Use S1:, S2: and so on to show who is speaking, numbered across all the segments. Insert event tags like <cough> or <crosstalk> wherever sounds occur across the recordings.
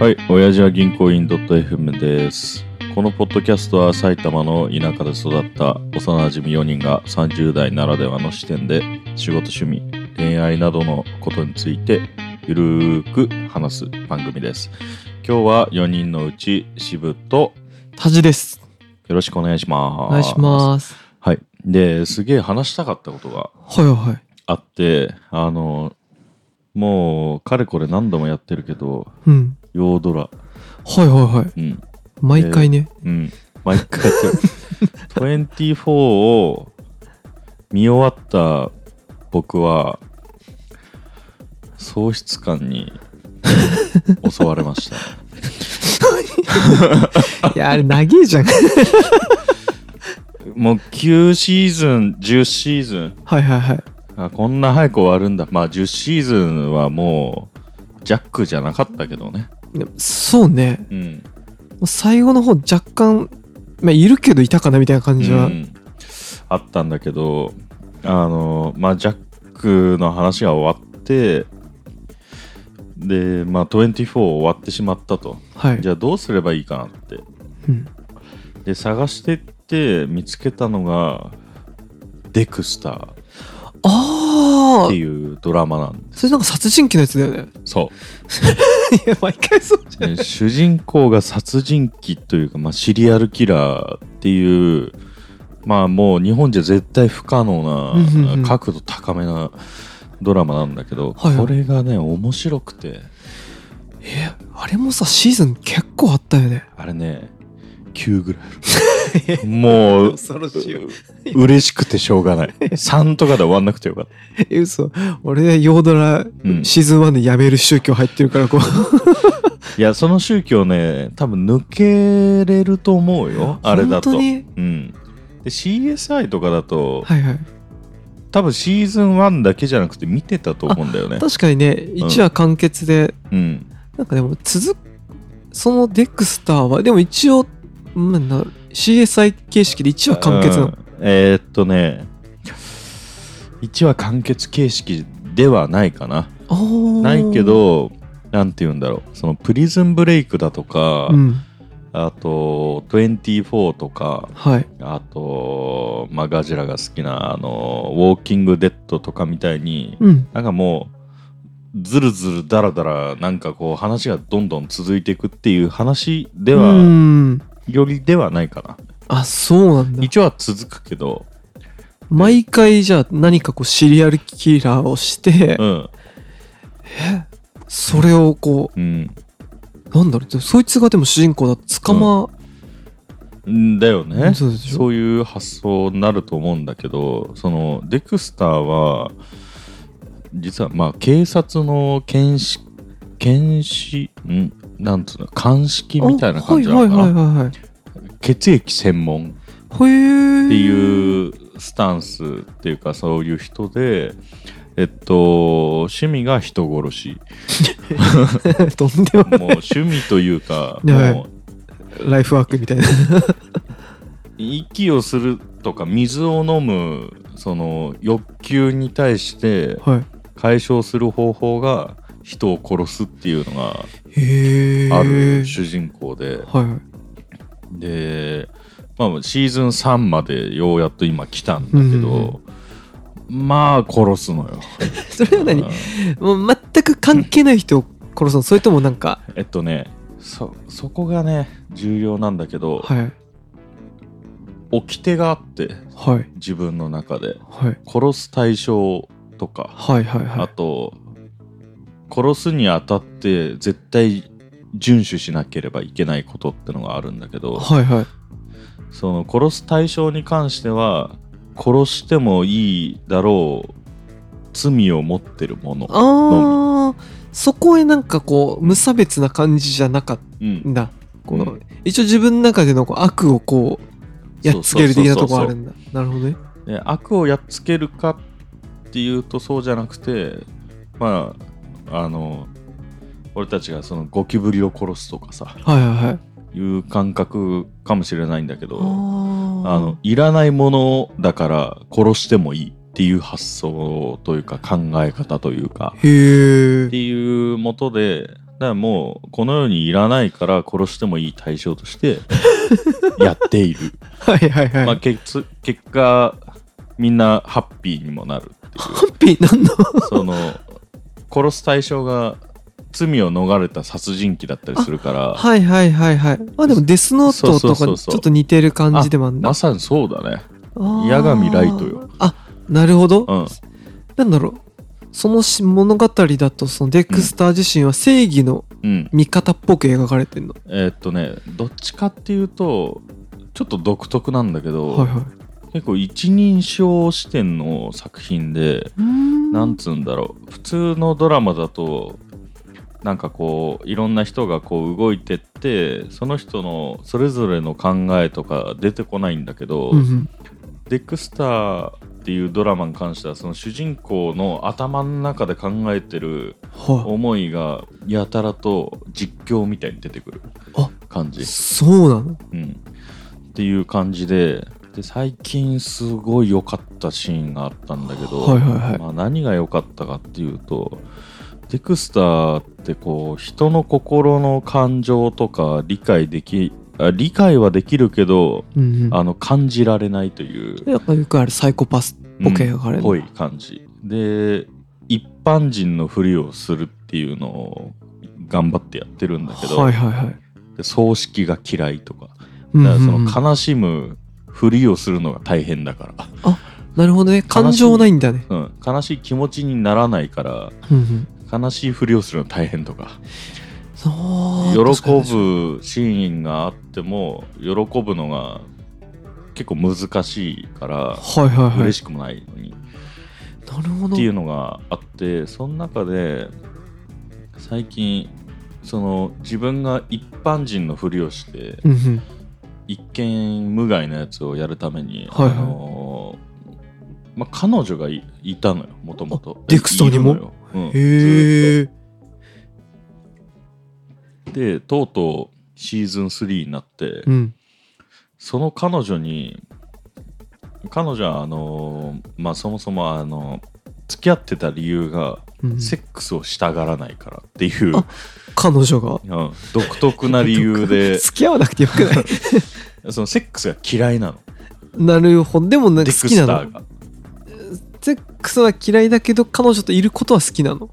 S1: はい、親父は銀行員 .fm です。このポッドキャストは埼玉の田舎で育った幼馴染4人が30代ならではの視点で仕事趣味、恋愛などのことについてゆるーく話す番組です。今日は4人のうち渋と
S2: タジです。
S1: よろしくお願いします。
S2: お願いします。
S1: す。はい。で、すげえ話したかったことが
S2: はいは
S1: あって、あの、もうかれこれ何度もやってるけど、
S2: い。うん。
S1: ヨードラ。
S2: はいはいはい。
S1: うん。
S2: 毎回ね。
S1: うん、毎回やってる24を見終わった僕は喪失感に襲われました
S2: いや、あれ、長えじゃん。 <laughs> はい
S1: <laughs> もう9シーズン10シーズン
S2: はいはい。
S1: あこんな早く終わるんだまあ10シーズンはもうジャックじゃなかったけどね
S2: でもそうね。
S1: うん
S2: もう最後の方、若干、まあ、いるけどいたかなみたいな感じは。
S1: うんあったんだけどあのまあジャックの話が終わってでまあ24終わってしまったと
S2: はい
S1: じ。ゃあどうすればいいかなって
S2: うん
S1: で探してって見つけたのが「デクスター」
S2: あ
S1: って
S2: あ
S1: いうドラマなんで
S2: それなんか殺人鬼のやつだよね。
S1: すそ
S2: いや、毎回そうじ
S1: うで主人公が殺人鬼というか、まあ、シリアルキラーっていうまあもう日本じゃ絶対不可能
S2: うんうんうん
S1: な角度高めなドラマなんだけど、
S2: はいはい
S1: これがね面白くて
S2: ゃん。え、あれもさ、シーズン結構あったよね。
S1: あれね9ぐらい <laughs> もう
S2: <laughs> 恐ろしいわ。
S1: 嬉しくてしょうがない3とかで終わんなくてよかった
S2: え、嘘。俺、ヨードラ、
S1: うん
S2: シーズン1でやめる宗教入ってるから、こう。
S1: いやその宗教ね多分抜けれると思うよあれだと
S2: 本当に
S1: うん、で CSI とかだと、
S2: はいはい。
S1: 多分シーズン1だけじゃなくて見てたと思うんだよね
S2: 確かにね、1話完結で、
S1: うん
S2: なんかでも続くそのデクスターはでも一応、うん、な CSI 形式で1話完結な
S1: う
S2: の、
S1: んえー、っとね1話完結形式ではないかな
S2: あー
S1: ないけ、どなんて言うんだろうそのプリズンブレイクだとか、
S2: うん、
S1: あと24とか
S2: はい
S1: あと、まあ、ガジラが好きなあのウォーキングデッドとかみたいに、
S2: うん
S1: なんかもうずるずるだらだらなんかこう話がどんどん続いていくっていう話では、
S2: うん
S1: よりではないかな
S2: あそうなんだ
S1: 一応は続くけど、
S2: 毎回じゃあ何かこうシリアルキラーをして、
S1: うん
S2: それをこ
S1: うん
S2: うなんだろうでもそいつがでも主人公だと捕ま、
S1: うん、だよね
S2: そうでしょ
S1: そういう発想になると思うんだけどそのデクスターは実はまあ警察の検視検視んなんつうの鑑識みたいな感じなのかな、
S2: はいはいはいはいはい
S1: 血液専門
S2: ほえー、
S1: っていうスタンスっていうかそういう人でえっと趣味が人殺し
S2: <laughs> とんで
S1: も
S2: も
S1: う趣味というか
S2: <laughs> ねえ
S1: もう
S2: ライフワークみたいな
S1: 息をするとか水を飲むその欲求に対して
S2: は
S1: 解消する方法が人を殺すっていうのが
S2: いへえ
S1: ある主人公で、
S2: はいはい
S1: で、まあ、シーズン3までようやっと今来たんだけど、まあ殺すのよ。
S2: それは <laughs> 何
S1: うん
S2: もう全く関係ない人を殺すのそれともなんか、
S1: えっとねそそこがね重要なんだけど、
S2: はい、
S1: 掟があって
S2: はい、
S1: 自分の中で
S2: はい、
S1: 殺す対象とか、
S2: はい、はい、は
S1: あ
S2: い。
S1: と殺すにあたって絶対遵守しなければいけないことってのがあるんだけど
S2: はい、はい。
S1: その殺す対象に関しては殺してもいいだろう罪を持ってるもの、
S2: ああ、そこへなんかこう、無差別な感じじゃなかっ
S1: うん
S2: たんだ。この
S1: うん
S2: 一応自分の中でのこう悪をこう、やっつける的なとこあるんだ。なるほどね。
S1: で悪をやっつけるかっていうとそうじゃなくてまああの俺たちがそのゴキブリを殺すとかさ
S2: はい、はい、はい。
S1: いう感覚かもしれないんだけ
S2: あ
S1: どあ
S2: の
S1: の、いらないものだから殺してもいいっていう発想というか考え方というか
S2: へ
S1: っ
S2: え。
S1: ていうもとでからもうこの世にいらないから殺してもいい対象として
S2: <laughs>
S1: やっている、
S2: はいはいはい。
S1: まあ、結結果みんなハッピーにもなる
S2: ハッピーなんの
S1: その殺す対象が罪を逃れた殺人鬼だったりするから
S2: <laughs> はいはいはいはい。まあでもデスノート
S1: そうそ
S2: とか
S1: うそう
S2: に
S1: そ
S2: ち
S1: う
S2: ょっと似てる感じでもあるんだ
S1: ま。さにそうだね
S2: あー
S1: 矢神ライトよ。
S2: あ、なるほど。
S1: うん
S2: なんだろう。そのし物語だとそのデックスター自身は正義の
S1: うん
S2: 味方っぽく描かれてるの。
S1: えーっとねどっちかっていうとちょっと独特なんだけど、
S2: はいはい。
S1: 結構一人称視点の作品でなんつうんだろう普通のドラマだとなんかこういろんな人がこう動いてってその人のそれぞれの考えとか出てこないんだけど、
S2: うんうん
S1: デックスターっていうドラマに関してはその主人公の頭の中で考えてる
S2: は
S1: 思いがやたらと実況みたいに出てくる
S2: あ
S1: 感
S2: い。
S1: じ、
S2: そうなの
S1: うん、っていう感じでで最近すごい良かったシーンがあったんだけど、
S2: はいはいはい
S1: まあ、何が良かったかっていうとデクスターってこう人の心の感情とか理解できあ理解はできるけど
S2: うんうん。
S1: あの感じられないという
S2: やっぱよくあるサイコパスっぽく描か
S1: っ
S2: れる。
S1: ぽい感じで一般人のふりをするっていうのを頑張ってやってるんだけど、
S2: はいはいはい。
S1: で葬式が嫌いとか
S2: う
S1: だか
S2: んう
S1: らそ
S2: んうん
S1: の悲しむふりをするのが大変だから、 <laughs>
S2: なるほどね。感情ないんだね。
S1: うん、悲しい気持ちにならないから
S2: うんうん
S1: 悲しいふりをするの大変とか
S2: そう
S1: 喜
S2: 確かに確かに
S1: ぶシーンがあっても喜ぶのが結構難しいから
S2: はいはいはい
S1: 嬉しくもないのに、
S2: なるほ
S1: っ
S2: ど
S1: ていうのがあってその中で最近その自分が一般人のふりをして
S2: うんうん
S1: 一見無害なやつをやるために、
S2: はいはい
S1: あのーまあ、彼女がいいたのよもともと
S2: あデクスターにも
S1: うん、ず
S2: へえ
S1: っとでとうとうシーズン3になって、
S2: うん
S1: その彼女に彼女はあのーまあそもそもあの付き合ってた理由が、
S2: うん
S1: セックスをしたがらないからっていう
S2: あ彼女が
S1: うん、独特な理由
S2: <laughs>
S1: で
S2: 付き合わなくてよくない <laughs>
S1: そのセックスが嫌いなの
S2: なるほどでもなん
S1: デ
S2: か
S1: ック
S2: 好きな
S1: スタ
S2: の
S1: ーが
S2: セックスは嫌いだけど彼女といることは好きなの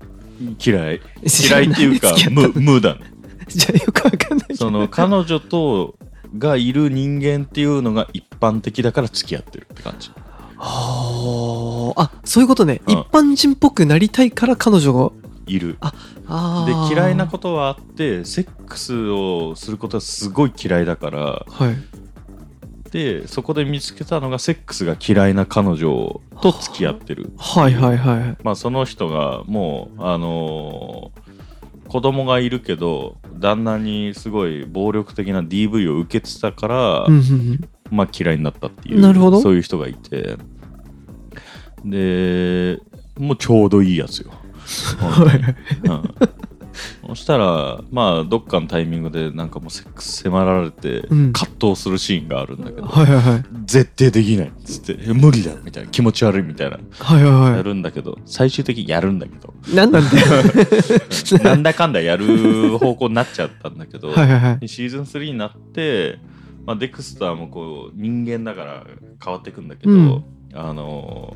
S1: 嫌い嫌いっていう
S2: <laughs>
S1: か
S2: 知らな
S1: 無
S2: 付き合ったの
S1: 無だね
S2: じゃあよくわかんないけど
S1: その彼女とがいる人間っていうのが一般的だから付き合ってるって感じ
S2: はああそういうことね、
S1: うん
S2: 一般人っぽくなりたいから彼女が
S1: いる
S2: ああ
S1: で嫌いなことはあってセックスをすることはすごい嫌いだから
S2: とはい
S1: でそこで見つけたのがセックスが嫌いな彼女と付き合ってる
S2: はいはいはい
S1: まあ、その人がもう、あのー子供がいるけど旦那にすごい暴力的な DV を受けてたから、
S2: うんうん
S1: まあ、嫌いになったっていう
S2: なるほど
S1: そういう人がいてでもうちょうどいいやつよ。
S2: うんはい <laughs>
S1: うんそしたらまあどっかのタイミングでなんかもうセックス迫られて
S2: うん
S1: 葛藤するシーンがあるんだけど、
S2: はいはいはい
S1: 絶対できないっつってえ無理だみたいな気持ち悪いみたいな
S2: はいはい
S1: や
S2: は
S1: るんだけど最終的にやるんだけ
S2: <laughs>
S1: ど
S2: いなんなんだよ
S1: なんだかんだやる方向になっちゃったんだけど、
S2: はいはいはい
S1: シーズン3になって、まあ、デクスターもこう人間だから変わってくんだけど、
S2: うん
S1: あの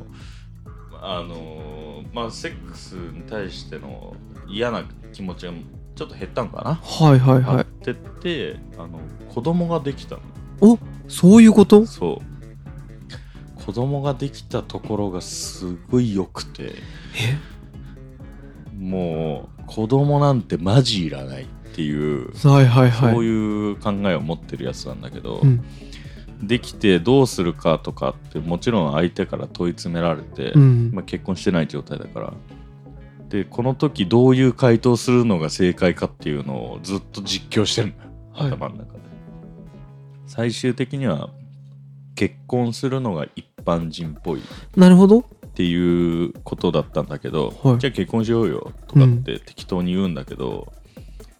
S1: ーあのーまあセックスに対しての嫌な気持ちがちょっと減ったのかな、
S2: はいはい
S1: あ
S2: は
S1: っ
S2: い
S1: てってあの子供ができたの
S2: おそういうこと
S1: そう子供ができたところがすごい良くて
S2: え
S1: もう子供なんてマジいらないっていう
S2: はいはいはい
S1: そういう考えを持ってるやつなんだけど、
S2: うん
S1: できてどうするかとかってもちろん相手から問い詰められて、
S2: うん
S1: まあ、結婚してない状態だからでこの時どういう回答するのが正解かっていうのをずっと実況してるのよ
S2: はい
S1: 頭の中で、最終的には結婚するのが一般人っぽい
S2: なるほど
S1: っていうことだったんだけど、
S2: はい
S1: じゃあ結婚しようよとかって適当に言うんだけど、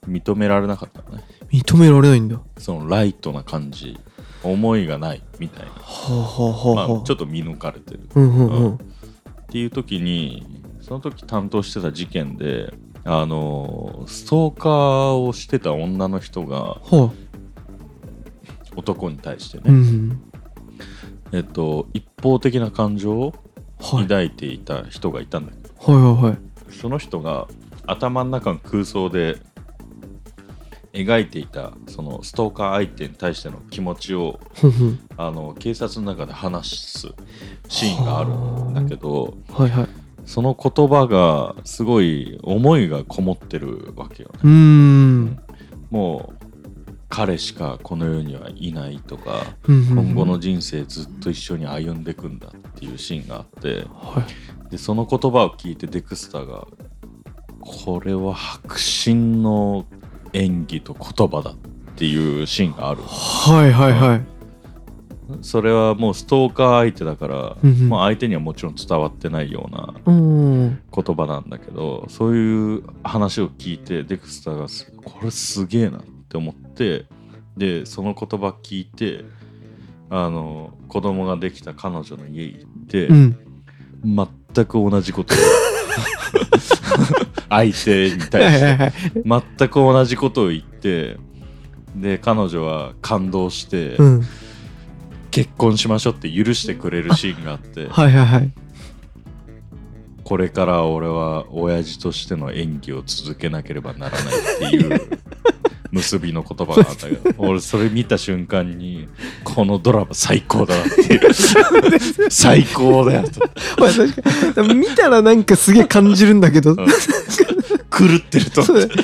S1: 認められなかったのね
S2: 認められないんだは
S1: そのライトな感じ思いがないみたいな、
S2: あはあ
S1: まあ
S2: はあ、はあ
S1: ちょっと見抜かれてる
S2: うんうんうん
S1: っていう時にその時担当してた事件であのストーカーをしてた女の人が
S2: ほ
S1: 男に対して
S2: う。う
S1: ね、
S2: ん。
S1: えっと、一方的な感情を
S2: はい。
S1: 抱いていた人がいたんだけど、
S2: はいはいはい。
S1: その人が頭の中の空想で描いていたそのストーカー相手に対しての気持ちを
S2: ふんふん。
S1: あの警察の中で話すシーンがあるんだけど
S2: はいはい。
S1: その言葉がすごい思いがこもってるわけよね
S2: うーん。
S1: もう彼しかこの世にはいないとか
S2: 今
S1: 今後の。人生ずっと一緒に歩んでいくんだっていうシーンがあって
S2: はい。
S1: でその言葉を聞いてデクスターがこれは迫真の演技と言葉だっていうシーンがある
S2: はいはいはい。
S1: それはもうストーカー相手だから、
S2: うんうん
S1: まあ、相手にはもちろん伝わってないような
S2: うーん。
S1: 言葉なんだけどそういう話を聞いてデクスターがすこれすげえなって思ってでその言葉聞いてあの子供ができた彼女の家行って、
S2: うん。
S1: 全く同じこと
S2: <laughs>
S1: を相手に対し
S2: はいはい
S1: て
S2: はい。
S1: 全く同じことを言ってで彼女は感動して、
S2: うん。
S1: 結婚しましょうって許してくれるシーンがあって
S2: はいはいはい。
S1: これから俺は親父としての演技を続けなければならないっていう結びの言葉があったけど俺それ見た瞬間にこのドラマ最高だなっていう <laughs> 最高だよと、
S2: <laughs> まあ確かに見たらなんかすげえ感じるんだけど、
S1: <laughs> うん狂ってると
S2: そ
S1: 思っ
S2: う
S1: て
S2: だ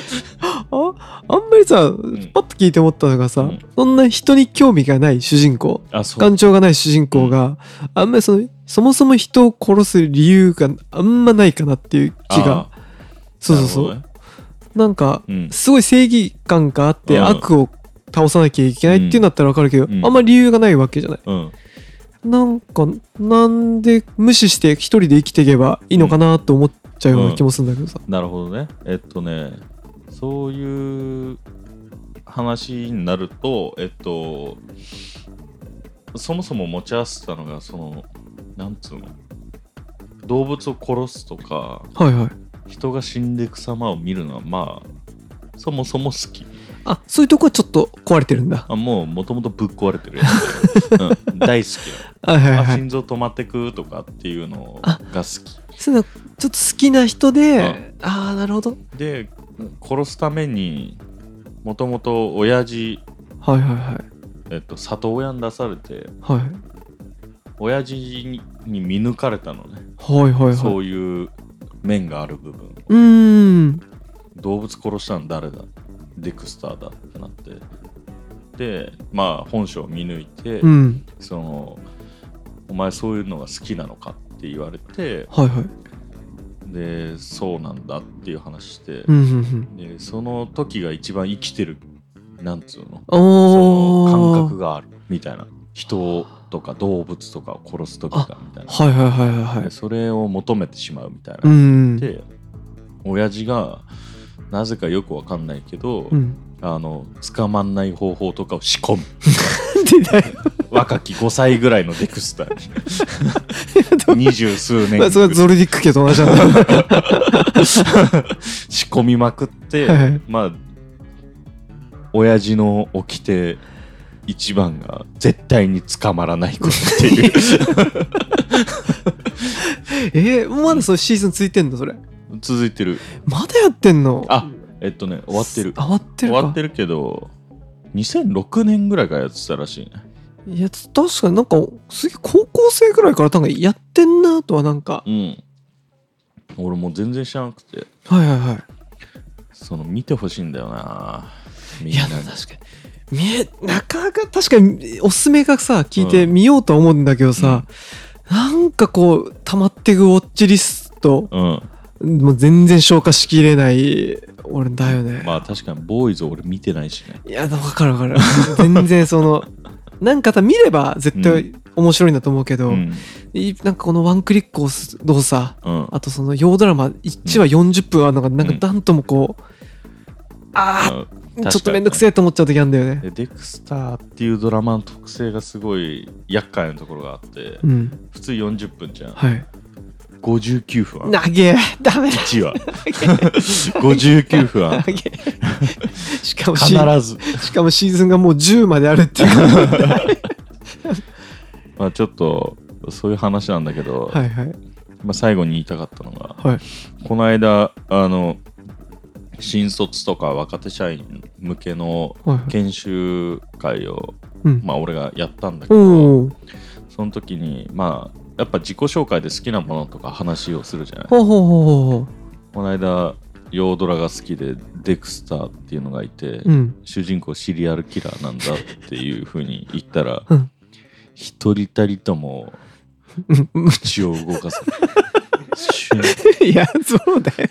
S2: ああんまりさ、
S1: ん
S2: パッと聞いて思ったのがさ、
S1: うん
S2: そんな人に興味がない主人公
S1: あそう
S2: 感情がない主人公があんまりそのそもそも人を殺す理由があんまないかなっていう気が
S1: あー
S2: そうそうそう
S1: な
S2: な,、
S1: るほ
S2: んか
S1: どね
S2: すごい正義感があって
S1: うん
S2: 悪を倒さなきゃいけないっていうんだったらわかるけど、
S1: うん
S2: あんまり理由がないわけじゃない
S1: うん、うん、
S2: なんかなんで無視して一人で生きていけばいいのかなと思っちゃうような気もするんだけどさ、
S1: なるほどねえっとねそういう話になるとえっとそもそも持ち合わせたのがそのなんつうの動物を殺すとか
S2: はいはい
S1: 人が死んでいく様を見るのはまあそもそも好き
S2: あそういうとこはちょっと壊れてるんだ。
S1: あもうもともとぶっ壊れてるやつだよ、うん、大好
S2: <laughs>
S1: き
S2: はいは
S1: だ
S2: い
S1: よあ
S2: はい。
S1: 心臓止まってくとかっていうのが
S2: あ
S1: 好き
S2: そういうのちょっと好きな人で、
S1: うん
S2: ああなるほど。
S1: で殺すためにもともと親父、
S2: はいはいはい。
S1: えっと、里親に出されて
S2: はい
S1: 親父にに見抜かれたのね、
S2: はいはいはい。
S1: そういう面がある部分
S2: うーん。
S1: 動物殺したの誰だデクスターだってなってでまあ本性を見抜いて、
S2: うん。
S1: そのお前そういうのが好きなのかって言われて
S2: はいはい。
S1: でそうなんだっていう話して
S2: う、んうんうん。
S1: でその時が一番生きてるなんつうのその
S2: お
S1: 感
S2: ー。
S1: 覚があるみたいな人とか動物とかを殺す時がみたいな、
S2: はいはいはいはいは
S1: で
S2: い。
S1: それを求めてしまうみたいな、
S2: うん。
S1: で親父がなぜかよくわかんないけど、
S2: うん。 <laughs>
S1: あの捕まんない方法とかを仕込む
S2: でだよ。
S1: 若き5歳ぐらいのデクスター
S2: <laughs>
S1: に二十数年
S2: まあそれはゾルディック家と同じなんだ。
S1: <laughs> 仕込みまくって、
S2: はいはい
S1: まあ親父の掟一番が絶対に捕まらないことって
S2: <laughs>
S1: いう
S2: <laughs> えー、まだそのシーズンついてんのそれ。
S1: 続いてる
S2: まだやってんの
S1: あえっとね終わってる
S2: 終わっ
S1: 終
S2: てるか。
S1: わってるけど2006年ぐらいからやってたらしいね
S2: いや、確かになんか、すげえ高校生ぐらいからなんかやってんなとはなんか。
S1: うん俺もう全然知らなくて
S2: はいはいはい。
S1: その見てほしいんだよなみん
S2: いや
S1: なに
S2: 確かに見えなかなか確かにおすすめがさ聞いてみようとは思うんだけどさ、なんかこう溜まってくウォッチリスト
S1: う
S2: もう全然消化しきれない俺だよね、
S1: んまあ確かにボーイズ俺見てないしね
S2: いや分かる分かる <laughs> 全然そのなんかさ見れば絶対面白いんだと思うけど、
S1: うん
S2: いなんかこのワンクリック押す動作
S1: うん
S2: あとその洋ドラマ1話40分はなんか、なんか
S1: うん
S2: なんともこうあ
S1: うん
S2: あちょっとめんどく
S1: 確かに
S2: せえと思っちゃう時あるんだよね
S1: でデクスターっていうドラマの特性がすごい厄介なところがあって、
S2: うん
S1: 普通40分じゃん、
S2: はい
S1: 59分
S2: 投げダメだ
S1: 1話
S2: <laughs>
S1: 59分あん
S2: 投げしかもシー
S1: 必ず、
S2: しかもシーズンがもう10まであるっていう
S1: まあ、ちょっとそういう話なんだけど、
S2: はいはい
S1: まあ、最後に言いたかったのが
S2: はい
S1: この間あの新卒とか若手社員向けの
S2: はいはい
S1: 研修会を、
S2: うん
S1: まあ、俺がやったんだけ
S2: お
S1: ど
S2: お
S1: その時にまあやっぱ自己紹介で好きなものとか話をするじゃない
S2: ほうほうほうほうほ
S1: この間洋ドラが好きでデクスターっていうのがいて、
S2: ううん
S1: 主人公シリアルキラーなんだっていうふうに言ったら、
S2: うん
S1: 一人たりとも
S2: うんうん
S1: 口を動か
S2: <laughs>
S1: さないシュン
S2: いやそうだよ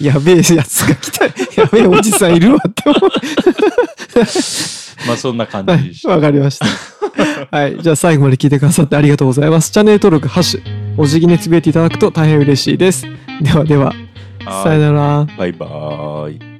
S2: やべえやつが来た <laughs> やべえおじさんいるわって思う
S1: まあそんな感
S2: は
S1: じでし
S2: い、
S1: た
S2: わかりました。はい、じゃあ最後まで聞いてくださってありがとうございます。チャンネル登録、ハッシュ、お辞儀につぶやいていただくと大変嬉しいです。ではでは、
S1: はい
S2: さよなら。
S1: バイバーイ